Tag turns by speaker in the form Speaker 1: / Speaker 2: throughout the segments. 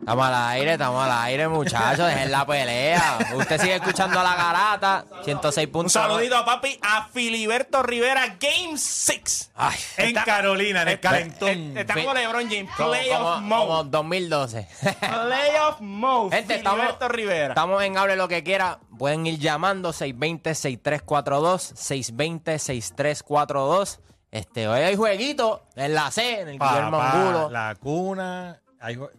Speaker 1: Estamos al aire, estamos al aire, muchachos. Dejen la pelea. Usted sigue escuchando a la garata. 106
Speaker 2: Un saludito a papi, a Filiberto Rivera, Game 6.
Speaker 1: Ay,
Speaker 2: En Carolina, en el
Speaker 1: calentón.
Speaker 2: Estamos con LeBron James,
Speaker 1: como,
Speaker 2: Playoff
Speaker 1: como- como
Speaker 2: Mode.
Speaker 1: 2012.
Speaker 2: Playoff Mode,
Speaker 1: Gente, estamos,
Speaker 2: Filiberto Rivera.
Speaker 1: estamos en Hable lo que quiera. Pueden ir llamando 620-6342. 620-6342. Este, hoy hay jueguito en la C, en el Guillermo
Speaker 3: Papá,
Speaker 1: Angulo.
Speaker 3: La cuna. hay jue-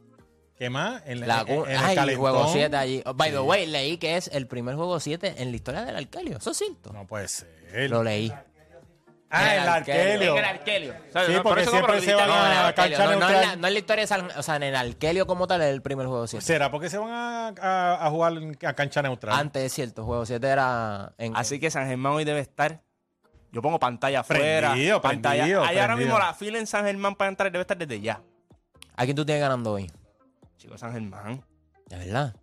Speaker 3: ¿Qué más? En,
Speaker 1: La
Speaker 3: en-
Speaker 1: cu-
Speaker 3: en el
Speaker 1: Ay, el
Speaker 3: calentón.
Speaker 1: juego 7 allí. Oh, by the way, leí que es el primer juego 7 en la historia del Alcalio. Eso es cierto.
Speaker 3: No puede ser.
Speaker 1: Lo leí.
Speaker 3: ah,
Speaker 1: en
Speaker 3: el
Speaker 1: el Arkelio.
Speaker 3: arquelio.
Speaker 2: En el Arkelio. O sea,
Speaker 3: Sí,
Speaker 2: no, por
Speaker 3: porque
Speaker 2: eso
Speaker 3: siempre
Speaker 2: compro
Speaker 3: se van
Speaker 1: No, en el
Speaker 3: a
Speaker 1: Arkelio.
Speaker 3: cancha
Speaker 1: No, no, en la,
Speaker 3: neutral.
Speaker 1: no en la historia de San, o sea, en el Arkelio como tal es el primer juego 7.
Speaker 3: ¿Será porque se van a, a- a jugar en- a cancha neutral?
Speaker 1: Antes es cierto, juego 7 era en
Speaker 2: Así que San Germán hoy debe estar. Yo pongo pantalla afuera.
Speaker 3: Prendido,
Speaker 2: pantalla.
Speaker 3: prendido,
Speaker 2: Ahí ahora
Speaker 3: prendido.
Speaker 2: mismo la fila en San Germán para entrar debe estar desde ya.
Speaker 1: ¿A quién tú tienes ganando hoy?
Speaker 2: Chicos, San Germán.
Speaker 1: De verdad.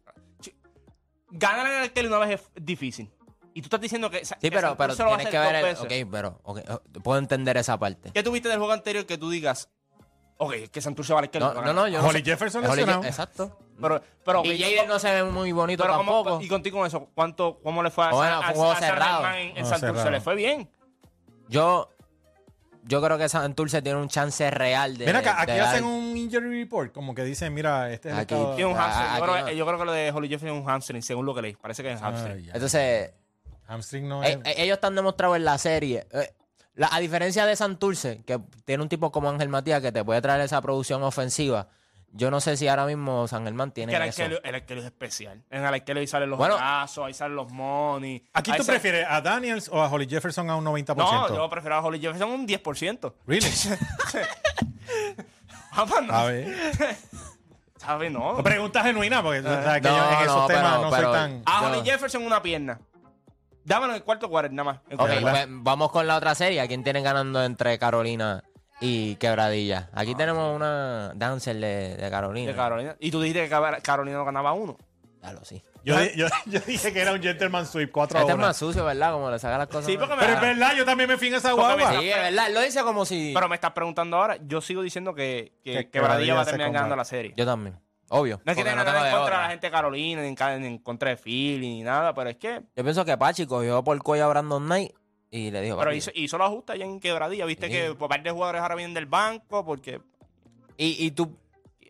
Speaker 2: Ganar en el Arkelio una vez es difícil. Y tú estás diciendo que.
Speaker 1: Sí, pero, pero tienes que ver el. Ok, pero. ok, oh, puedo entender esa parte.
Speaker 2: ¿Qué tuviste del juego anterior que tú digas? Ok, es que Santurce va al arquero.
Speaker 1: No, no, no, yo no
Speaker 3: Holly
Speaker 1: sé.
Speaker 3: Jefferson
Speaker 1: Holly Je-
Speaker 3: lesionado.
Speaker 1: Exacto.
Speaker 2: Pero, pero,
Speaker 1: Y Jaden no se ve muy bonito
Speaker 2: pero ¿cómo-
Speaker 1: tampoco.
Speaker 2: y contigo con eso, ¿cuánto, ¿cómo le fue a,
Speaker 1: Bueno,
Speaker 2: a-
Speaker 1: fue un juego
Speaker 2: a San
Speaker 1: cerrado.
Speaker 2: Germán en, en
Speaker 3: Juego
Speaker 2: Santurce?
Speaker 3: cerrado.
Speaker 2: ¿Le fue bien?
Speaker 1: Yo. Yo creo que Santurce tiene un chance real de.
Speaker 3: Mira acá,
Speaker 1: de
Speaker 3: aquí
Speaker 1: dar-
Speaker 3: hacen un injury report, como que dicen, mira, este es el
Speaker 1: Aquí.
Speaker 3: estado-
Speaker 2: Tiene un
Speaker 1: Ah,
Speaker 2: hamstring.
Speaker 1: aquí
Speaker 2: Yo creo,
Speaker 1: no.
Speaker 2: yo creo que lo de Holly Jeffrey es un hamstring, según lo que leí. Parece que es un hamstring.
Speaker 3: Ay, Ah, ya.
Speaker 1: Entonces.
Speaker 3: Hamstring no es.
Speaker 1: Eh, eh, ellos están demostrados en la serie. eh, la- a diferencia de Santurce, que tiene un tipo como Ángel Matías que te puede traer esa producción ofensiva, yo no sé si ahora mismo San Germán
Speaker 2: Es
Speaker 1: tiene
Speaker 2: que el
Speaker 1: eso.
Speaker 2: arquero, el arquero es especial. En el arquero ahí salen los
Speaker 1: Bueno.
Speaker 2: brazos, ahí salen los money.
Speaker 3: Aquí
Speaker 2: ahí
Speaker 3: tú
Speaker 2: sale-
Speaker 3: prefieres a Daniels o a Holly Jefferson a un 90%.
Speaker 2: No, yo prefiero a Holly Jefferson un 10%.
Speaker 3: Really?
Speaker 2: Jamás Ah, pues no.
Speaker 3: A ver.
Speaker 2: ¿Sabes? No.
Speaker 3: Pregunta genuina, porque tú sabes que
Speaker 1: No,
Speaker 3: yo en esos
Speaker 1: no,
Speaker 3: temas
Speaker 1: pero-
Speaker 3: no
Speaker 1: pero-
Speaker 3: soy tan.
Speaker 2: A
Speaker 1: Yo-
Speaker 2: Holly Jefferson una pierna. Dámelo en el cuarto cuarto, nada más. En
Speaker 1: Ok,
Speaker 2: cuarto
Speaker 3: ¿verdad?
Speaker 1: pues, vamos con la otra serie. ¿A quién tienen ganando entre Carolina y Quebradilla? Aquí tenemos una dancer de, de Carolina.
Speaker 2: de Carolina. Y tú dijiste que Carolina no ganaba uno.
Speaker 1: Claro, sí.
Speaker 3: Yo, di- yo- yo dije que era un gentleman sweep, cuatro
Speaker 1: Este es
Speaker 3: horas.
Speaker 1: más sucio, ¿verdad? Como le saca las cosas.
Speaker 2: Sí, porque me-
Speaker 3: Pero es verdad, yo también me fui en esa
Speaker 2: Porque me
Speaker 3: guagua.
Speaker 1: Sí, es verdad. Él Lo dice como si...
Speaker 2: Pero me estás preguntando ahora. Yo sigo diciendo que, que
Speaker 3: Que
Speaker 2: Quebradilla va a
Speaker 3: Quebradilla se
Speaker 2: terminar
Speaker 3: compra.
Speaker 2: ganando la serie.
Speaker 1: Yo también. Obvio.
Speaker 2: no es que
Speaker 1: porque
Speaker 2: tenga
Speaker 1: tengo
Speaker 2: nada en
Speaker 1: de
Speaker 2: contra de
Speaker 1: otra.
Speaker 2: la gente de Carolina, ni en, ca- ni en contra de Philly, ni nada, pero es que.
Speaker 1: Yo pienso que Pachi cogió por cuello a Brandon Knight y le dijo...
Speaker 2: Pero
Speaker 1: "Papi,
Speaker 2: hizo, hizo la justa allá en Quebradilla. Viste
Speaker 1: Sí.
Speaker 2: que por par de jugadores ahora vienen del banco, porque.
Speaker 1: Y, y tú.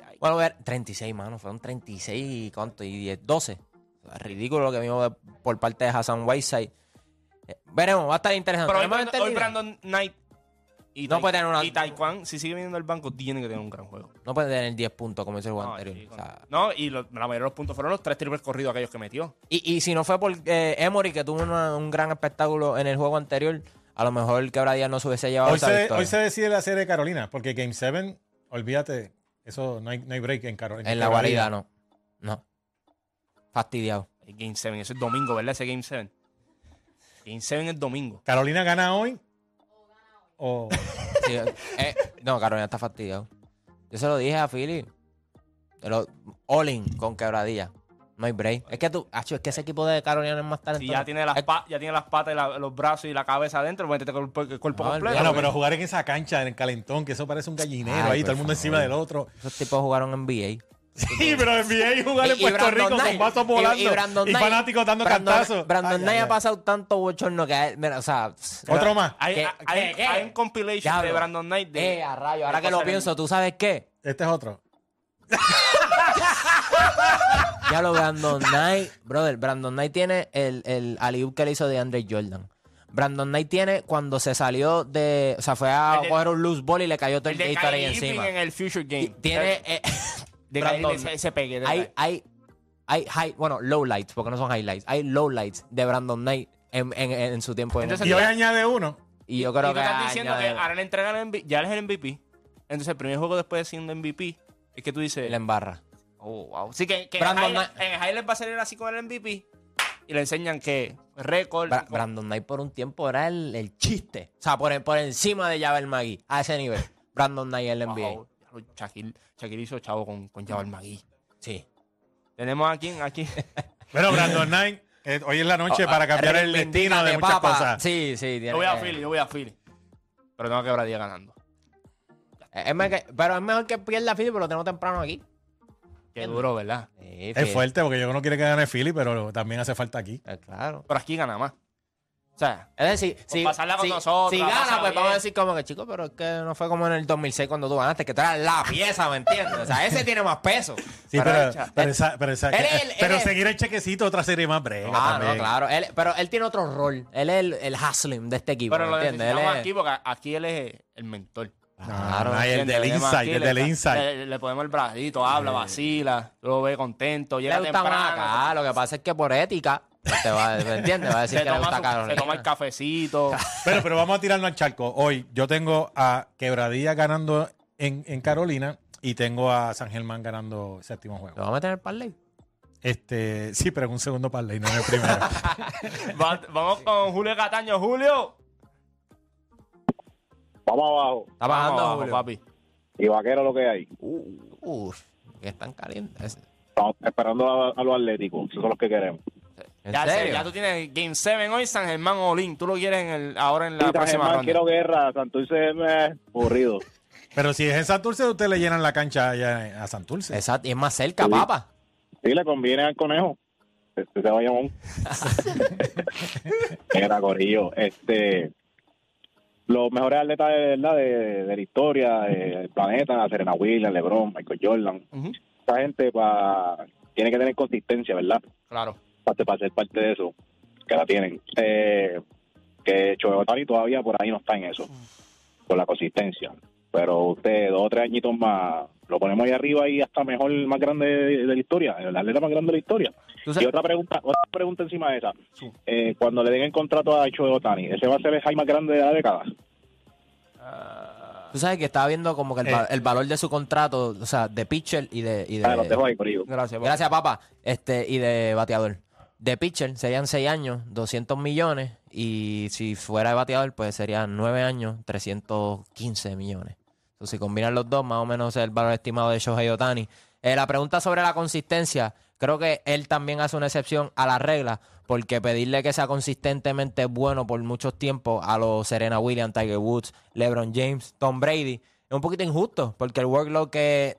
Speaker 2: ay,
Speaker 1: Bueno, ver, 36, mano. Fueron 36 y cuánto, y 10, 12. O sea, Ridículo lo que vimos de- por parte de Hassan Whiteside. Eh, veremos, va a estar interesante.
Speaker 2: Pero hoy,
Speaker 1: Tenemos
Speaker 2: Brandon, hoy
Speaker 1: entendido.
Speaker 2: Brandon Knight y,
Speaker 1: No
Speaker 2: Tai-
Speaker 1: puede tener una-
Speaker 2: y Taekwondo, si sigue viniendo del banco, tiene que tener un gran juego.
Speaker 1: No puede tener 10 puntos como hizo el juego
Speaker 2: No,
Speaker 1: anterior.
Speaker 2: chico.
Speaker 1: o sea,
Speaker 2: No, y lo- la mayoría de los puntos fueron los tres triples corridos aquellos que metió.
Speaker 1: y, y si no fue por eh, Emory, que tuvo una- un gran espectáculo en el juego anterior, a lo mejor el Quebradía no se hubiese llevado
Speaker 3: Hoy
Speaker 1: esa
Speaker 3: se,
Speaker 1: victoria.
Speaker 3: hoy se decide la serie de Carolina, porque Game 7, olvídate, eso no hay, no hay break en Carolina.
Speaker 1: en la guarida, no. No. Fastidiado.
Speaker 2: El Game 7, ese es domingo, ¿verdad? Ese Game 7. Game 7 es domingo.
Speaker 3: Carolina gana hoy. O
Speaker 1: Sí, eh, no, Carolina está fastidiado. Yo se lo dije a Philly. Pero all in con quebradilla. No hay break. Es que tú, acho, es que ese equipo de Carolina es más
Speaker 2: Si
Speaker 1: talentoso.
Speaker 2: ya tiene, las
Speaker 1: Es-
Speaker 2: pa- ya tiene las patas y la- los brazos y la cabeza adentro, métete con el, cuerpo- el cuerpo
Speaker 1: No,
Speaker 2: completo.
Speaker 3: Bueno, pero jugar en esa cancha, en el calentón, que eso parece un gallinero
Speaker 1: Ay,
Speaker 3: ahí, todo
Speaker 1: por
Speaker 3: el mundo encima
Speaker 1: favor.
Speaker 3: del otro.
Speaker 1: Esos tipos jugaron en NBA.
Speaker 3: Sí, pero NBA y jugar
Speaker 1: Y-
Speaker 3: en
Speaker 1: y
Speaker 3: Puerto
Speaker 1: Brandon
Speaker 3: Rico
Speaker 1: Knight.
Speaker 3: con vasos
Speaker 1: Y-
Speaker 3: volando.
Speaker 1: y Brandon
Speaker 3: Y,
Speaker 1: Knight.
Speaker 3: fanáticos dando
Speaker 1: Brandon-
Speaker 3: cantazos.
Speaker 1: Brandon
Speaker 3: Ay,
Speaker 1: Knight
Speaker 3: ay,
Speaker 1: ha
Speaker 3: ay.
Speaker 1: pasado tanto bochorno que hay- mira, o sea, pss,
Speaker 3: Otro más.
Speaker 2: Hay,
Speaker 1: ¿Qué-
Speaker 2: hay-
Speaker 1: qué- qué?
Speaker 2: hay un compilation
Speaker 1: Diablo.
Speaker 2: de Brandon Knight de.
Speaker 1: eh, a rayo. Ahora
Speaker 2: de
Speaker 1: que lo
Speaker 2: cosas
Speaker 1: pienso,
Speaker 2: en-
Speaker 1: ¿tú sabes qué?
Speaker 3: Este es otro.
Speaker 1: Ya lo Brandon Knight, brother, Brandon Knight tiene el, el alley-oop que le hizo de Andre Jordan. Brandon Knight tiene cuando se salió de, o sea, fue a
Speaker 2: El de-
Speaker 1: coger un loose ball y le cayó todo el,
Speaker 2: El de
Speaker 1: Gatorade
Speaker 2: Kyrie Irving
Speaker 1: encima.
Speaker 2: en el Future Game.
Speaker 1: Y Tiene eh,
Speaker 2: de
Speaker 1: Brandon
Speaker 2: Kyrie ese, ese pegue. de
Speaker 1: hay,
Speaker 2: verdad.
Speaker 1: hay Hay high, bueno, low lights, porque no son highlights. Hay low lights de Brandon Knight en, en- en- en su tiempo. en-
Speaker 2: Entonces,
Speaker 3: Y hoy añade uno.
Speaker 1: y yo
Speaker 2: Y
Speaker 1: creo
Speaker 2: tú
Speaker 1: que.
Speaker 2: estás diciendo que
Speaker 1: añade
Speaker 2: ahora le entregan el MVP, ya él es el MVP. Entonces el primer juego después de siendo MVP es que tú dices,
Speaker 1: La embarra.
Speaker 2: oh, wow. Sí, que, que en
Speaker 1: Brandon
Speaker 2: Highland-
Speaker 1: Knight-
Speaker 2: en Highland va a salir así con el MVP y le enseñan que récord.
Speaker 1: Bra- Brandon Knight por un tiempo era el, el chiste. O sea, por, en- por encima de Javel Magui. A ese nivel. Brandon Knight en la NBA.
Speaker 2: Wow, ya lo- Shaquille, Shaquille hizo chavo con, con
Speaker 1: Mm.
Speaker 2: Jabal Magui.
Speaker 1: Sí.
Speaker 2: Tenemos aquí, aquí.
Speaker 3: Bueno, Brandon Knight, eh, hoy es la noche
Speaker 1: Ah,
Speaker 3: para cambiar el
Speaker 1: reivindícate,
Speaker 3: destino de muchas
Speaker 1: papá.
Speaker 3: cosas.
Speaker 1: Sí, sí. Tiene,
Speaker 2: yo voy a
Speaker 1: eh,
Speaker 2: Philly, yo voy a Philly. Pero tengo que Bradía ganando.
Speaker 1: es mejor que- pero es mejor que pierda Philly, pero lo tenemos temprano aquí.
Speaker 2: Qué duro, ¿verdad?
Speaker 1: Sí,
Speaker 3: Es
Speaker 1: Philly.
Speaker 3: fuerte porque yo no quiero que gane Philly, pero también hace falta aquí.
Speaker 1: Eh, claro.
Speaker 2: Pero aquí gana más. O sea,
Speaker 1: Es decir, si,
Speaker 2: pasarla con
Speaker 1: si-
Speaker 2: nosotros,
Speaker 1: si gana,
Speaker 2: pasarla
Speaker 1: pues vamos
Speaker 2: bien.
Speaker 1: a decir como que, chico, pero es que no fue como en el 2006 cuando tú ganaste, que tú eras la pieza, ¿me entiendes? O sea, ese tiene más peso.
Speaker 3: Sí, pero,
Speaker 1: echa-
Speaker 3: pero
Speaker 1: él-
Speaker 3: esa- pero esa-
Speaker 1: él es el-
Speaker 3: pero
Speaker 1: él es-
Speaker 3: seguir el chequecito otra serie más breve.
Speaker 1: Ah, no, claro. Él- pero él tiene otro rol. Él es el, el hustling de este equipo,
Speaker 2: pero
Speaker 1: ¿me
Speaker 2: lo
Speaker 1: entiendes? Él
Speaker 2: necesitamos
Speaker 1: es- Ah,
Speaker 2: aquí porque aquí él es el mentor.
Speaker 1: Claro.
Speaker 3: no, y el del
Speaker 2: ¿Entiendes?
Speaker 3: insight,
Speaker 2: Además,
Speaker 3: el
Speaker 2: aquí
Speaker 3: del
Speaker 2: le-
Speaker 3: insight.
Speaker 2: Le, le ponemos el bracito, habla, vacila, lo ve contento, llega
Speaker 1: le gusta más
Speaker 2: temprano.
Speaker 1: acá. Lo que pasa es que por ética, pues, te va, ¿me entiendes? Va a decir
Speaker 2: Se
Speaker 1: que le
Speaker 2: toma,
Speaker 1: gusta
Speaker 2: su-
Speaker 1: Carolina.
Speaker 2: se toma el cafecito.
Speaker 3: Pero, pero vamos a tirarnos al charco. Hoy yo tengo a Quebradilla ganando en, en Carolina y tengo a San Germán ganando séptimo
Speaker 1: ¿Lo
Speaker 3: juego.
Speaker 1: vamos a meter en el parlay?
Speaker 3: Este, sí, pero en un segundo parlay, no en el primero.
Speaker 2: Va- vamos con Julio Cataño. Julio.
Speaker 4: Vamos abajo.
Speaker 1: Está bajando,
Speaker 2: Vamos abajo,
Speaker 1: Julio.
Speaker 2: papi.
Speaker 4: Y vaquero lo que hay.
Speaker 1: Uf, que están calientes.
Speaker 4: Estamos esperando a, a los atléticos. Esos son los que queremos.
Speaker 1: ¿En
Speaker 2: Ya, sé,
Speaker 1: serio?
Speaker 2: ya tú tienes Game 7 hoy, San Germán Olin. Tú lo quieres en el, ahora en la
Speaker 4: Y San
Speaker 2: próxima
Speaker 4: Germán,
Speaker 2: ronda.
Speaker 4: quiero guerra. Santurce me aburrido.
Speaker 3: pero si es en Santurce, ustedes le llenan la cancha allá a Santurce.
Speaker 1: Exacto, y es más cerca, papá.
Speaker 4: Sí, le conviene al conejo. Este se vaya un. Era Corillo. Este. Los mejores atletas de verdad de, de la historia, de- del planeta, Serena Williams, LeBron, Michael Jordan.
Speaker 2: Ujú,
Speaker 4: Esta gente pa- tiene que tener consistencia, ¿verdad?
Speaker 2: Claro.
Speaker 4: Para, para ser parte de eso, que la tienen. Eh, que Chovetari todavía por ahí no está en eso, por la consistencia. Pero usted, dos o tres añitos más, lo ponemos ahí arriba y hasta mejor, más grande de la historia, el atleta más grande de la historia.
Speaker 1: Tú sabes-
Speaker 4: Y otra pregunta, otra pregunta encima de esa.
Speaker 2: Sí.
Speaker 4: Eh, cuando le den el contrato a Choe Otani, ¿ese va a ser el high más grande de la década?
Speaker 1: Tú sabes que estaba viendo como que el,
Speaker 2: Eh.
Speaker 1: va- el valor de su contrato, o sea, de pitcher y de... Y de
Speaker 4: Ah, los dejo ahí, Corillo.
Speaker 2: Gracias, papi.
Speaker 1: Gracias, papá. Este, y de bateador. De pitcher serían 6 años, 200 millones. Y si fuera de bateador, pues serían 9 años, 315 millones. Entonces, si combinan los dos, más o menos el valor estimado de Shohei Otani. Eh, la pregunta sobre la consistencia, creo que él también hace una excepción a la regla, porque pedirle que sea consistentemente bueno por muchos tiempos a los Serena Williams, Tiger Woods, LeBron James, Tom Brady, es un poquito injusto, porque el workload que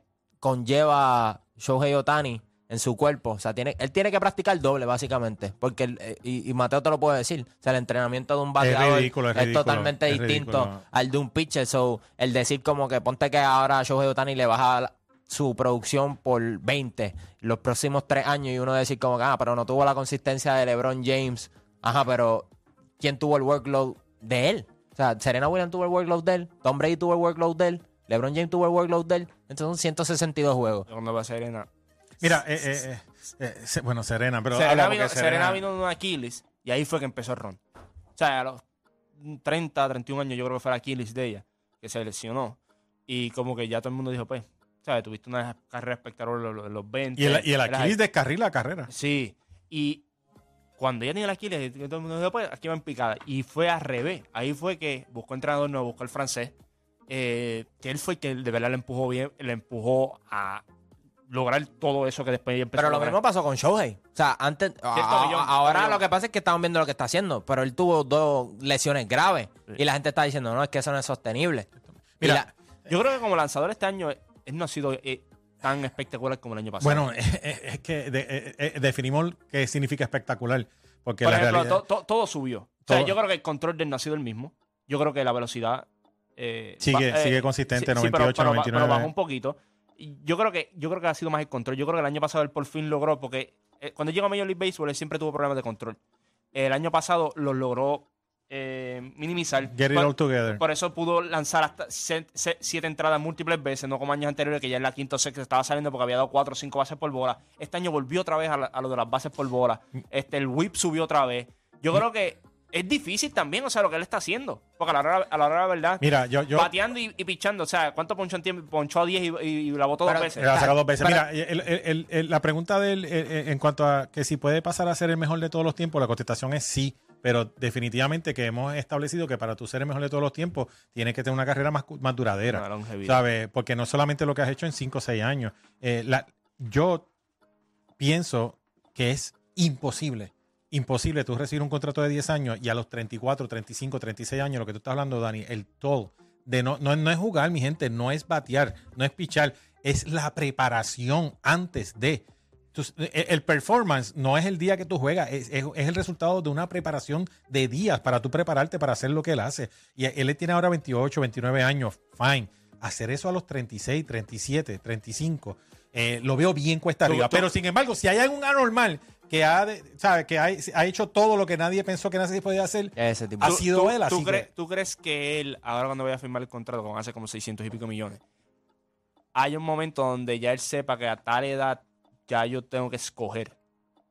Speaker 1: conlleva Shohei Otani en su cuerpo. O sea, tiene, él tiene que practicar doble, básicamente. Porque, el- eh, y, y Mateo te lo puede decir, o sea, el entrenamiento de un bateador
Speaker 3: ridículo, es ridículo,
Speaker 1: totalmente
Speaker 3: es
Speaker 1: distinto
Speaker 3: ridículo.
Speaker 1: al de un pitcher. So, el decir como que ponte que ahora Shohei Otani le baja la- su producción por 20 los próximos tres años y uno decir como que, ah, pero no tuvo la consistencia de LeBron James. Ajá, pero ¿quién tuvo el workload de él? O sea, Serena Williams tuvo el workload de él, Tom Brady tuvo el workload de él, LeBron James tuvo el workload de él. Entonces son 162 juegos.
Speaker 2: Yo Cuando va Serena.
Speaker 3: Mira, eh, eh, eh, eh, se- bueno, Serena, pero habla
Speaker 2: Serena
Speaker 3: porque
Speaker 2: vino,
Speaker 3: Serena-
Speaker 2: Serena vino de un Aquiles y ahí fue que empezó el ron. O sea, a los 30, 31 años yo creo que fue el Aquiles de ella, que se lesionó. Y como que ya todo el mundo dijo, pues, ¿sabes? Tuviste una carrera espectacular en los- en los 20.
Speaker 3: Y el, y el
Speaker 2: eras
Speaker 3: Aquiles descarrila la carrera.
Speaker 2: Sí. Y cuando ella tenía el Aquiles, que todo el mundo dijo, pues aquí va en picada. Y fue al revés. Ahí fue que buscó entrenador nuevo, buscó el francés. eh, que él fue el que de verdad le empujó bien, le empujó a lograr todo eso que después ella empezó
Speaker 1: Pero
Speaker 2: a
Speaker 1: lo
Speaker 2: lograr.
Speaker 1: mismo pasó con Shohei. O sea, antes. a-
Speaker 2: Millón,
Speaker 1: a- ahora
Speaker 2: Millón.
Speaker 1: lo que pasa es que estamos viendo lo que está haciendo. Pero él tuvo dos lesiones graves. Y la gente está diciendo, no, es que eso no es sostenible. Y
Speaker 3: Mira,
Speaker 1: la-
Speaker 2: Yo creo que como lanzador este año, eh, él no ha sido eh, tan espectacular como el año pasado.
Speaker 3: Bueno, eh, eh, es que de- eh, eh, definimos qué significa espectacular. Porque
Speaker 2: por
Speaker 3: la
Speaker 2: ejemplo,
Speaker 3: realidad.
Speaker 2: to- to- todo subió. O sea,
Speaker 3: Todo.
Speaker 2: yo creo que el control de él no ha sido el mismo. Yo creo que la velocidad. eh,
Speaker 3: Sigue-
Speaker 2: va- eh,
Speaker 3: sigue consistente,
Speaker 2: pero-
Speaker 3: 98,
Speaker 2: pero, ba-
Speaker 3: 99.
Speaker 2: Pero bajó un poquito. Y Yo creo que yo creo que ha sido más el control. Yo creo que el año pasado él por fin logró, porque eh, cuando llegó a Major League Baseball él siempre tuvo problemas de control. El año pasado los logró eh, eh, minimizar.
Speaker 3: Get it
Speaker 2: Por-
Speaker 3: all together.
Speaker 2: Por eso pudo lanzar hasta se- se- siete entradas múltiples veces, no como años anteriores, que ya en la quinta o sexta estaba saliendo porque había dado cuatro o cinco bases por bola. Este año volvió otra vez a, la- a lo de las bases por bola. Este, el whip subió otra vez. Yo creo que es difícil también, o sea, lo que él está haciendo. Porque a la hora, a la, hora de la verdad,
Speaker 3: Mira, yo- yo-
Speaker 2: bateando y, y pichando, o sea, ¿cuánto ponchó, en tiempo? ponchó a 10 y, y- y la botó dos
Speaker 1: Pero-
Speaker 2: veces?
Speaker 3: Pero la sacó dos veces.
Speaker 1: Para-
Speaker 3: Mira, el- el- el- el- la pregunta de él eh, eh, en cuanto a que si puede pasar a ser el mejor de todos los tiempos, la contestación es sí. Pero definitivamente que hemos establecido que para tú ser el mejor de todos los tiempos tienes que tener una carrera más, cu- más duradera.
Speaker 2: Una longevidad.
Speaker 3: ¿Sabes? Porque no solamente lo que has hecho en 5 o 6 años. Eh, la- yo pienso que es imposible. Imposible tú recibir un contrato de 10 años y a los 34, 35, 36 años, lo que tú estás hablando, Dani, el toll de no, no, no es jugar, mi gente, no es batear, no es pichar, es la preparación antes de. Tus- e- el performance no es el día que tú juegas, es, es- es el resultado de una preparación de días para tú prepararte para hacer lo que él hace. Y él tiene ahora 28, 29 años, fine. Hacer eso a los 36, 37, 35, eh, lo veo bien cuesta
Speaker 2: Tú-
Speaker 3: arriba.
Speaker 2: tú-
Speaker 3: Pero sin embargo, si hay algún anormal que ha, de- sabe, que ha, ha hecho todo lo que nadie pensó que nadie podía hacer,
Speaker 1: Ese tipo.
Speaker 3: ha sido él, así
Speaker 2: cre-
Speaker 3: que-
Speaker 2: tú crees que él, ahora cuando vaya a firmar el contrato, con hace como 600 y pico millones, hay un momento donde ya él sepa que a tal edad ya yo tengo que escoger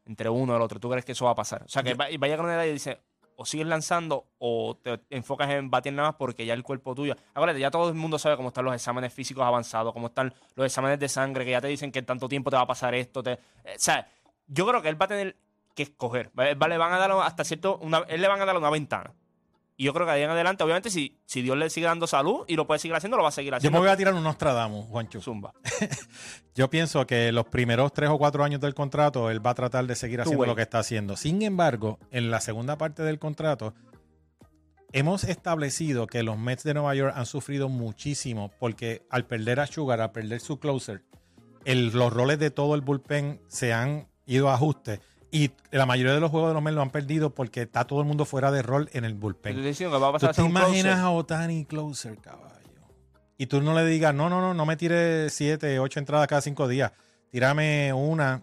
Speaker 2: entre uno o el otro? ¿Tú crees que eso va a pasar? O sea, que va- vaya con una edad y dice, o sigues lanzando o te enfocas en batir nada más porque ya el cuerpo tuyo... Acuérdate, ya todo el mundo sabe cómo están los exámenes físicos avanzados, cómo están los exámenes de sangre, que ya te dicen que en tanto tiempo te va a pasar esto. Te... eh, O sea, yo creo que él va a tener que escoger. Va- va- Le van a dar hasta cierto... Una, él le van a dar una ventana. Y yo creo que de ahí en adelante, obviamente, si, si Dios le sigue dando salud y lo puede seguir haciendo, lo va a seguir
Speaker 3: yo
Speaker 2: haciendo.
Speaker 3: me voy a tirar un Nostradamus, Juancho.
Speaker 2: Zumba.
Speaker 3: Yo pienso que los primeros tres o cuatro años del contrato, él va a tratar de seguir haciendo
Speaker 2: wait.
Speaker 3: lo que está haciendo. Sin embargo, en la segunda parte del contrato, hemos establecido que los Mets de Nueva York han sufrido muchísimo porque al perder a Sugar, al perder su closer, el- los roles de todo el bullpen se han ido a ajuste. Y la mayoría de los juegos de los Mets lo han perdido porque está todo el mundo fuera de rol en el
Speaker 2: Te
Speaker 3: bullpen.
Speaker 2: estoy diciendo que va a pasar a
Speaker 3: ¿Tú te
Speaker 2: ser un
Speaker 3: imaginas
Speaker 2: closer.
Speaker 3: a Otani closer, caballo? Y tú no le digas, no, no, no, no me tires siete, ocho entradas cada cinco días. Tírame una,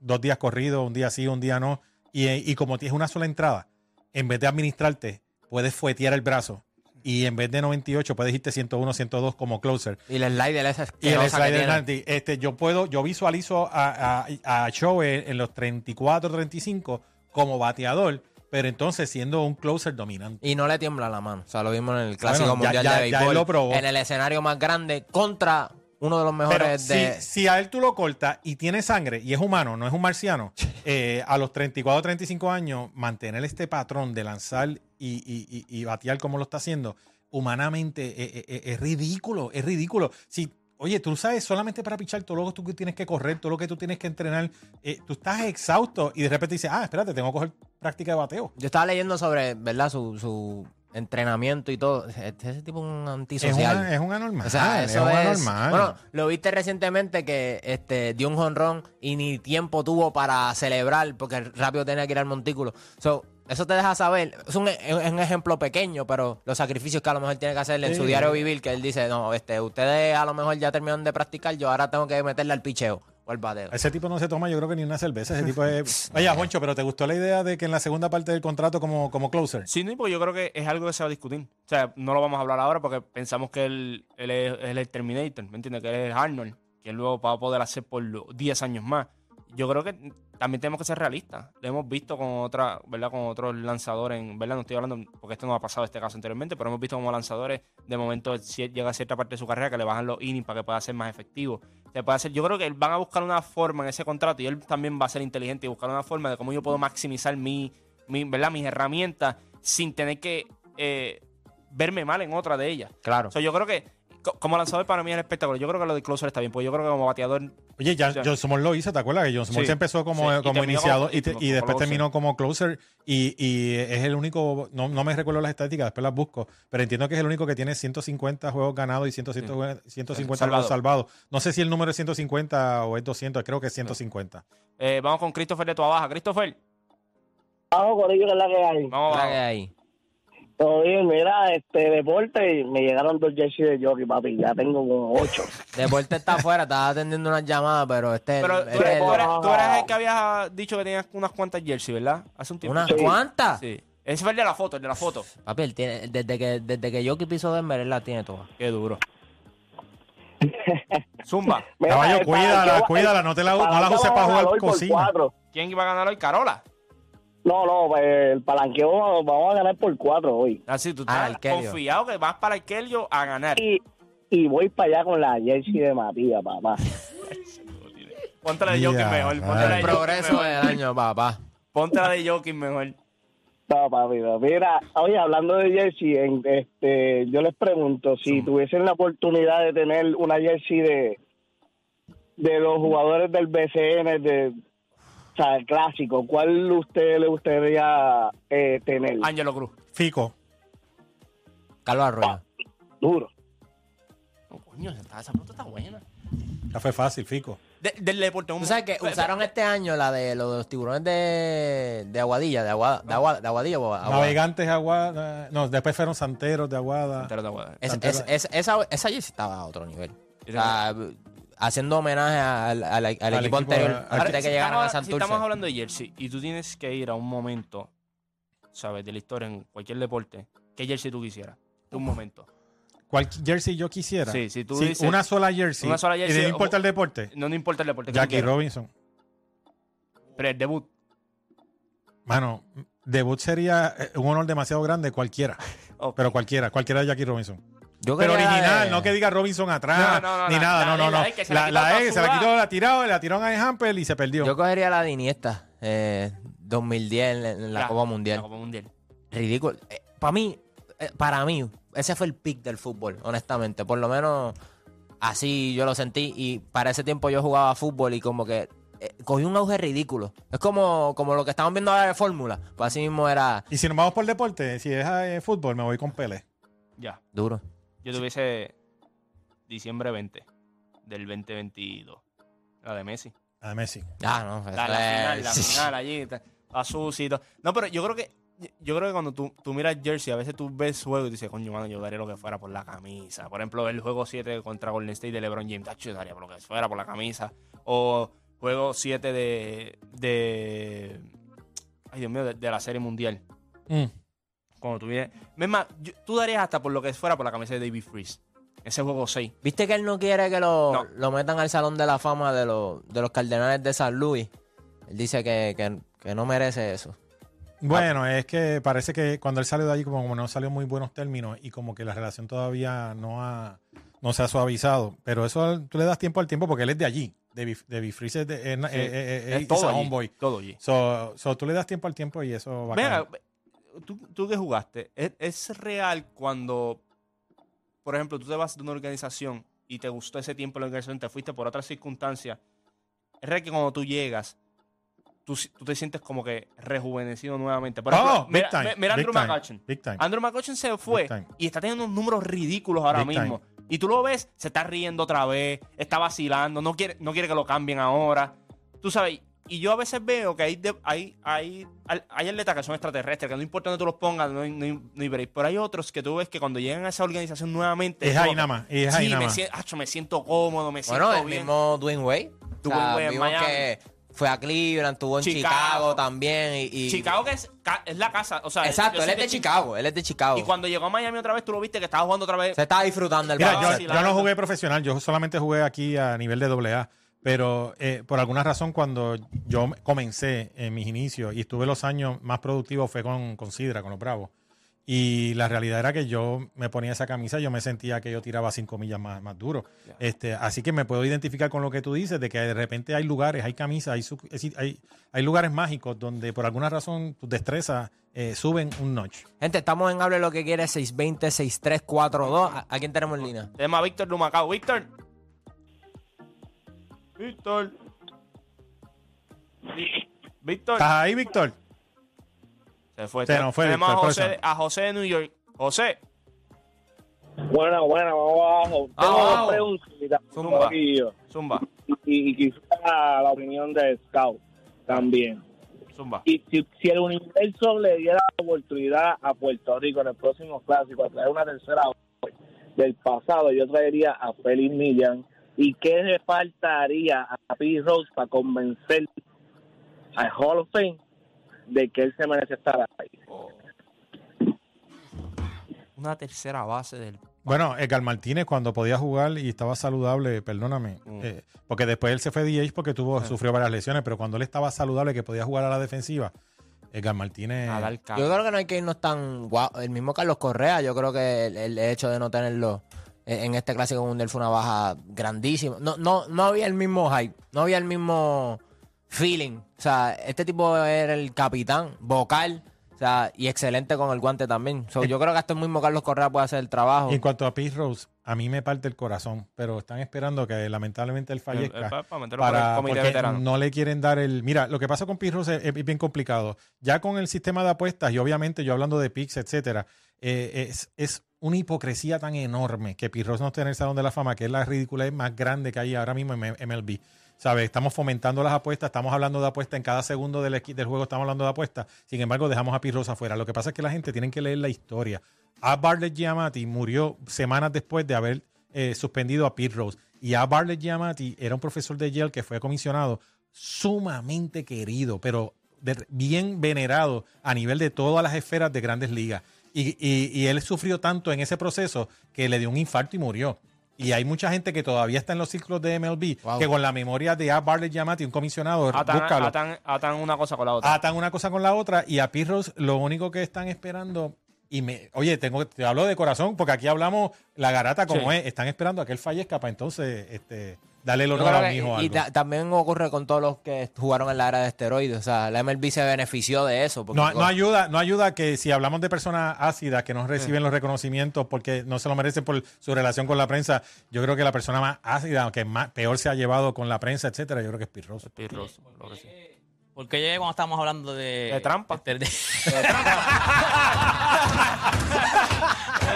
Speaker 3: dos días corridos, un día sí, un día no. Y, y como tienes una sola entrada, en vez de administrarte, puedes fuetear el brazo. Y en vez de 98, puedes irte 101, 102 como closer.
Speaker 1: Y el slider ese
Speaker 3: Y el
Speaker 1: asquerosa que
Speaker 3: slider
Speaker 1: tiene.
Speaker 3: Nandi, este, yo puedo, yo visualizo a, a, a Choe en los 34, 35 como bateador, pero entonces siendo un closer dominante.
Speaker 1: Y no le tiembla la mano. O sea, lo vimos en el Clásico
Speaker 3: Bueno, ya-
Speaker 1: Mundial
Speaker 3: ya-
Speaker 1: de
Speaker 3: ya él
Speaker 1: Béisbol.
Speaker 3: lo probó.
Speaker 1: En el escenario más grande contra uno de los
Speaker 3: Pero
Speaker 1: mejores de...
Speaker 3: si, si a él tú lo cortas y tiene sangre y es humano, no es un marciano, eh, a los 34 35 años, mantener este patrón de lanzar y, y- y- y batear como lo está haciendo, humanamente eh, eh, eh, es ridículo, es ridículo. Si, oye, tú sabes, solamente para pichar todo lo que tú tienes que correr, todo lo que tú tienes que entrenar, eh, tú estás exhausto y de repente dices, ah, espérate, tengo que coger práctica de bateo.
Speaker 1: Yo estaba leyendo sobre, ¿verdad? Su, su entrenamiento y todo. Este- Ese tipo es un
Speaker 3: Es,
Speaker 1: antisocial.
Speaker 3: una, es un anormal.
Speaker 1: O sea,
Speaker 3: es
Speaker 1: eso
Speaker 3: un
Speaker 1: es.
Speaker 3: anormal.
Speaker 1: Bueno, lo viste recientemente que este, dio un jonrón y ni tiempo tuvo para celebrar porque rápido tenía que ir al montículo. So, eso te deja saber. Es un, es un ejemplo pequeño, pero los sacrificios que a lo mejor tiene que hacer en su
Speaker 3: Sí.
Speaker 1: diario vivir, que él dice: No, este, ustedes a lo mejor ya terminaron de practicar, yo ahora tengo que meterle al picheo o al bateo.
Speaker 3: Ese tipo no se toma, yo creo que ni una cerveza. Ese tipo es. Oye, Juancho, pero ¿te gustó la idea de que en la segunda parte del contrato, como, como closer?
Speaker 2: Sí, no, porque yo creo que es algo que se va a discutir. O sea, no lo vamos a hablar ahora porque pensamos que él, él es, él es el Terminator, ¿me entiendes? Que él es el Arnold, que él luego va a poder hacer por lo- 10 años más. Yo creo que también tenemos que ser realistas. Lo hemos visto con otra, ¿verdad? Con otros lanzadores, en- ¿verdad? No estoy hablando porque esto no ha pasado este caso anteriormente, pero hemos visto como lanzadores de momento si llega a cierta parte de su carrera que le bajan los innings para que pueda ser más efectivo. Se puede hacer- yo creo que él- van a buscar una forma en ese contrato y él también va a ser inteligente y buscar una forma de cómo yo puedo maximizar mi, mi- ¿verdad? mis herramientas sin tener que eh, verme mal en otra de ellas.
Speaker 1: Claro.
Speaker 2: O sea, yo creo que co- como lanzador para mí es el espectáculo. Yo creo que lo de Closer está bien, porque yo creo que como bateador
Speaker 3: Oye, ya
Speaker 2: Sí.
Speaker 3: John Smoltz lo hizo, ¿te acuerdas? Que John Smoltz
Speaker 2: Sí.
Speaker 3: empezó como,
Speaker 2: Sí, y
Speaker 3: como
Speaker 2: terminó
Speaker 3: iniciado
Speaker 2: como-
Speaker 3: y, te- y
Speaker 2: como
Speaker 3: después
Speaker 2: closer.
Speaker 3: terminó como closer. Y, y es el único, no, no me recuerdo las estadísticas, después las busco, pero entiendo que es el único que tiene 150 juegos ganados y 150, juegos- 150
Speaker 2: Salvado.
Speaker 3: juegos salvados. No sé si el número es 150 o es 200, creo que es 150.
Speaker 2: Eh, vamos con Christopher de tu abajo. Christopher,
Speaker 5: Vamos, Corillo, que es la que hay.
Speaker 2: vamos
Speaker 1: Trague
Speaker 2: abajo.
Speaker 1: ahí.
Speaker 5: Todo bien, mira, este deporte, y me llegaron dos jerseys de jockey, papi, ya tengo como ocho.
Speaker 1: Deporte está afuera, estaba atendiendo una llamada, pero este. es el-
Speaker 2: Pero tú
Speaker 1: este
Speaker 2: eres,
Speaker 1: es el-
Speaker 2: tú eres- tú eras el que habías dicho que tenías unas cuantas jerseys, ¿verdad? Hace un tiempo.
Speaker 1: ¿Unas
Speaker 5: Sí.
Speaker 1: cuantas?
Speaker 2: Sí. Ese fue el de la foto, el de la foto.
Speaker 1: Papi, él tiene, desde que, desde que Jokic pisó Denver, él la tiene toda.
Speaker 2: Qué duro. Zumba.
Speaker 5: Mira,
Speaker 3: Caballo,
Speaker 5: el-
Speaker 3: cuídala,
Speaker 5: el-
Speaker 3: cuídala, no te la- no la
Speaker 5: palanqueo
Speaker 3: uses
Speaker 5: va a
Speaker 3: para jugar
Speaker 5: ganar hoy por
Speaker 3: cocina.
Speaker 5: cuatro.
Speaker 2: ¿Quién iba a ganar hoy? Carola.
Speaker 5: No, no, eh, el palanqueo vamos a ganar por cuatro hoy.
Speaker 2: Así tú
Speaker 1: Ah,
Speaker 2: estás
Speaker 1: Arkelio.
Speaker 2: confiado que vas para el Kelio a ganar.
Speaker 5: Y, y voy para allá con la jersey de Matías, papá.
Speaker 2: Ponte la de Jokic
Speaker 3: Ya,
Speaker 2: mejor. Ponte la
Speaker 3: madre.
Speaker 2: de
Speaker 1: El
Speaker 2: Jokic
Speaker 1: progreso
Speaker 2: mejor.
Speaker 1: del año, papá.
Speaker 2: Ponte la de Jokic mejor.
Speaker 5: No, papi, no. Mira, oye, hablando de jersey, en- este, yo les pregunto, si tuviesen la oportunidad de tener una jersey de, de los jugadores del BCN, de, o sea, el clásico, ¿cuál usted le gustaría eh, tener?
Speaker 2: Ángelo Cruz.
Speaker 3: Fico.
Speaker 1: Carlos Arroyo.
Speaker 5: Duro.
Speaker 2: No, coño, esa esa foto está buena.
Speaker 3: Ya fue fácil, Fico.
Speaker 2: De- del deporte.
Speaker 1: Tú sabes que usaron este año la de, lo de los tiburones de, de Aguadilla, de, Aguada, de, Aguada, de Aguadilla. o Aguada.
Speaker 3: Navegantes de Aguada. No, después fueron Santeros de Aguada.
Speaker 2: Entero de Aguada.
Speaker 1: Es- ah,
Speaker 3: Santero.
Speaker 1: es- es- esa, esa jersey estaba a otro nivel. O sea, haciendo homenaje al, al- al equipo,
Speaker 3: equipo,
Speaker 1: anterior,
Speaker 3: al-
Speaker 1: antes de
Speaker 2: Ahora,
Speaker 1: que
Speaker 2: si
Speaker 1: llegaran
Speaker 2: estamos-
Speaker 1: a
Speaker 2: Si
Speaker 1: Santurce.
Speaker 2: estamos hablando de jersey y tú tienes que ir a un momento, ¿sabes? De la historia en cualquier deporte, ¿qué jersey tú quisieras? De un momento.
Speaker 3: ¿Cuál jersey yo quisiera?
Speaker 2: Sí, si tú dices-
Speaker 3: una sola jersey.
Speaker 2: Una sola jersey,
Speaker 3: Y no importa
Speaker 2: o-
Speaker 3: el deporte.
Speaker 2: No, no importa el deporte. que tú
Speaker 3: Jackie
Speaker 2: quieras.
Speaker 3: Robinson.
Speaker 2: Pero el debut.
Speaker 3: Mano, debut sería eh, un honor demasiado grande cualquiera.
Speaker 2: Ok.
Speaker 3: Pero cualquiera, cualquiera de Jackie Robinson.
Speaker 1: Yo
Speaker 3: Pero
Speaker 1: quería la
Speaker 3: original,
Speaker 1: de-
Speaker 3: no que diga Robinson
Speaker 2: No,
Speaker 3: atrás,
Speaker 2: no, no,
Speaker 3: ni
Speaker 2: la-
Speaker 3: nada,
Speaker 2: la-
Speaker 3: no, no,
Speaker 2: la
Speaker 3: no.
Speaker 2: E que se la quitó
Speaker 3: La, la
Speaker 2: toda
Speaker 3: E se la
Speaker 2: sudada.
Speaker 3: quitó, la tiró, la tiró a Hampel y se perdió.
Speaker 1: Yo cogería la de Iniesta, eh, 2010 en, en la
Speaker 2: Ya,
Speaker 1: Copa
Speaker 2: La
Speaker 1: Mundial.
Speaker 2: Copa Mundial.
Speaker 1: Ridículo. para mí, eh, para mí, ese fue el pick del fútbol, honestamente. Por lo menos así yo lo sentí. Y para ese tiempo yo jugaba fútbol y como que eh, cogí un auge ridículo. Es como, como lo que estamos viendo ahora de Fórmula. Pues así mismo era
Speaker 3: Y si nos vamos por deporte, si es eh, fútbol, me voy con Pele.
Speaker 2: Ya.
Speaker 1: duro.
Speaker 2: Yo tuviese diciembre 20 del 2022. La de Messi.
Speaker 3: A Messi.
Speaker 1: Ah, no.
Speaker 2: La, la final, la final allí. está- A Susi y todo. No, pero yo creo que yo creo que cuando tú, tú miras Jersey, a veces tú ves juego y dices, coño, mano, yo daría lo que fuera por la camisa. Por ejemplo, el juego 7 contra Golden State de LeBron James, "Tacho, yo daría por lo que fuera por la camisa. O juego 7 de, de. Ay, Dios mío, de, de la Serie Mundial.
Speaker 3: Mm.
Speaker 2: Cuando tú vienes. Misma, yo- tú darías hasta por lo que fuera por la camisa de David Freeze. Ese juego 6.
Speaker 1: ¿Viste que él no quiere que lo,
Speaker 2: No.
Speaker 1: lo metan al Salón de la Fama de, los de los Cardenales de San Luis? Él dice que, que- que no merece eso.
Speaker 3: Bueno, es que parece que cuando él salió de allí, como, como no salió en muy buenos términos y como que la relación todavía no ha no se ha suavizado. Pero eso tú le das tiempo al tiempo porque él es de allí. De David Freeze es, de, eh, es- es- es- es-
Speaker 2: Es
Speaker 3: es
Speaker 2: todo allí,
Speaker 3: homeboy.
Speaker 2: Todo allí.
Speaker 3: So, so tú le das tiempo al tiempo y eso va a
Speaker 2: Venga, eh,
Speaker 3: acabar.
Speaker 2: tú, tú que jugaste, ¿es, es real cuando, por ejemplo, tú te vas de una organización y te gustó ese tiempo en la organización, te fuiste por otras circunstancias? ¿Es real que cuando tú llegas, tú, si- tú te sientes como que rejuvenecido nuevamente? Por ejemplo,
Speaker 3: Oh,
Speaker 2: mira,
Speaker 3: big time,
Speaker 2: mi- mira
Speaker 3: big
Speaker 2: Andrew
Speaker 3: time,
Speaker 2: McCutcheon.
Speaker 3: Big time.
Speaker 2: Andrew McCutcheon se fue
Speaker 3: Big time.
Speaker 2: y está teniendo unos números ridículos ahora
Speaker 3: Big
Speaker 2: mismo. Y tú lo ves, se está riendo otra vez, está vacilando, no quiere, no quiere que lo cambien ahora. Tú sabes, y yo a veces veo que hay, de- hay, hay, al- hay atletas que son extraterrestres, que no importa donde tú los pongas, no hay, no hay- no hay break. Pero hay otros que tú ves que cuando llegan a esa organización nuevamente.
Speaker 3: Es
Speaker 2: como
Speaker 3: ahí
Speaker 2: que,
Speaker 3: nada más. Es ahí
Speaker 2: Sí,
Speaker 3: nada
Speaker 2: me
Speaker 3: más.
Speaker 2: siento, acho, me siento cómodo, me siento
Speaker 1: Bueno, el
Speaker 2: bien.
Speaker 1: mismo Dwayne Wade.
Speaker 2: Dwayne Wade en
Speaker 1: vimos
Speaker 2: Miami.
Speaker 1: que fue a Cleveland, estuvo en Chicago,
Speaker 2: Chicago.
Speaker 1: también. Y, y-
Speaker 2: Chicago que es, ca- es la casa. O sea,
Speaker 1: Exacto,
Speaker 2: yo
Speaker 1: él
Speaker 2: sé
Speaker 1: es
Speaker 2: que
Speaker 1: de
Speaker 2: Chi-
Speaker 1: Chicago, él es de Chicago.
Speaker 2: Y cuando llegó a Miami otra vez, tú lo viste que estaba jugando otra vez.
Speaker 1: Se estaba disfrutando el
Speaker 3: Mira,
Speaker 2: Ah,
Speaker 3: yo,
Speaker 2: sí,
Speaker 1: baloncesto.
Speaker 3: yo
Speaker 2: la-
Speaker 3: no jugué profesional, yo solamente jugué aquí a nivel de AA, pero eh, por alguna razón cuando yo comencé en mis inicios y estuve los años más productivos fue con, con Sidra, con los Bravos. Y la realidad era que yo me ponía esa camisa, yo me sentía que yo tiraba cinco millas más, más duro. Este, así que me puedo identificar con lo que tú dices, de que de repente hay lugares, hay camisas, hay, su- es decir, hay, hay lugares mágicos donde por alguna razón tus destrezas eh, suben un notch.
Speaker 1: Gente, estamos en Hable lo que quiere, 620-6342. ¿A, a quién tenemos en línea?
Speaker 2: Tema Víctor Lumacao. Víctor. Víctor. Ví- Víctor.
Speaker 3: ¿Estás ahí, Víctor?
Speaker 2: Se fue.
Speaker 3: Ah, Se nos fue
Speaker 2: Tenemos a
Speaker 3: Víctor, por
Speaker 2: José,
Speaker 3: eso.
Speaker 2: a José de New York. José.
Speaker 5: Buena, buena, vamos abajo.
Speaker 2: Ah,
Speaker 5: Tengo
Speaker 2: abajo.
Speaker 5: dos preguntitas,
Speaker 2: Zumba.
Speaker 5: Corillo.
Speaker 2: Zumba.
Speaker 5: y, y quizá la opinión de Scout también.
Speaker 2: Zumba.
Speaker 3: Eh,
Speaker 5: Y si, si el universo le diera la oportunidad a Puerto Rico en el próximo clásico a traer una tercera voz del pasado, yo traería a Félix Millán. ¿Y qué le faltaría a P. Rose para convencer al Hall of Fame de que él se merece estar ahí?
Speaker 2: una tercera base del.
Speaker 3: Bueno, Edgar Martínez cuando podía jugar y estaba saludable, perdóname,
Speaker 2: Mm.
Speaker 3: eh, porque después él se fue DH porque tuvo,
Speaker 2: Sí.
Speaker 3: sufrió varias lesiones, pero cuando él estaba saludable que podía jugar a la defensiva, Edgar Martínez...
Speaker 2: a dar Eh,
Speaker 1: Yo
Speaker 2: cabo.
Speaker 1: creo que no hay que irnos tan guau. El mismo Carlos Correa, yo creo que el, el hecho de no tenerlo en en este clásico mundial fue una baja grandísima. No, no, no había el mismo hype, no había el mismo feeling. O sea, este tipo era el capitán, vocal, o sea, y excelente con el guante también. So, yo creo que hasta el mismo Carlos Correa puede hacer el trabajo.
Speaker 3: Y en cuanto a Pete Rose, a mí me parte el corazón, pero están esperando que lamentablemente él
Speaker 2: El- el-
Speaker 3: fallezca.
Speaker 2: para, para meterlo por el
Speaker 3: para
Speaker 2: comité
Speaker 3: porque
Speaker 2: veterano.
Speaker 3: no le quieren dar el mira lo que pasa con Pete Rose es, es bien complicado ya con el sistema de apuestas y obviamente yo hablando de picks etcétera eh, es, es una hipocresía tan enorme que Pete Rose no esté en el salón de la fama que es la ridícula más grande que hay ahora mismo en MLB ¿Sabes? Estamos fomentando las apuestas, estamos hablando de apuestas en cada segundo del, equi- del juego, estamos hablando de apuestas. Sin embargo, dejamos a Pete Rose afuera. Lo que pasa es que la gente tiene que leer la historia. A Bartlett Giamatti murió semanas después de haber eh, suspendido a Pete Rose. Y A. Bartlett Giamatti era un profesor de Yale que fue comisionado sumamente querido, pero de- bien venerado a nivel de todas las esferas de grandes ligas. Y, y- y él sufrió tanto en ese proceso que le dio un infarto y murió. Y hay mucha gente que todavía está en los círculos de MLB
Speaker 1: Wow.
Speaker 3: que con la memoria de A. Bartlett Giamatti, un comisionado,
Speaker 2: Atan,
Speaker 3: búscalo
Speaker 2: atan- atan una cosa con la otra.
Speaker 3: atan una cosa con la otra y a Pirros lo único que están esperando y me oye tengo te hablo de corazón porque aquí hablamos la garata como
Speaker 2: Sí.
Speaker 3: es están esperando a que él fallezca para entonces este darle el
Speaker 1: Yo
Speaker 3: honor
Speaker 1: creo
Speaker 3: a un
Speaker 1: que-
Speaker 3: hijo o
Speaker 1: y
Speaker 3: algo.
Speaker 1: ta- también ocurre con todos los que jugaron en la era de esteroides. O sea, la MLB se benefició de eso. porque-
Speaker 3: No, no ayuda, no ayuda que si hablamos de personas ácidas
Speaker 1: Mm.
Speaker 3: que no reciben los reconocimientos porque no se lo merecen por su relación con la prensa, yo creo que la persona más ácida, aunque más peor se ha llevado con la prensa, etcétera, yo creo que es Pirros.
Speaker 2: Pete Rose, lo que sí.
Speaker 6: Ah, ¿Por qué llegué cuando estamos hablando de.
Speaker 2: De trampa.
Speaker 6: de- de-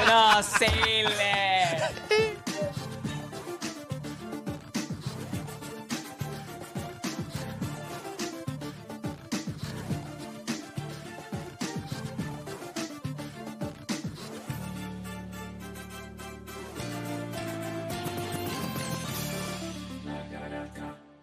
Speaker 6: no, sí, le-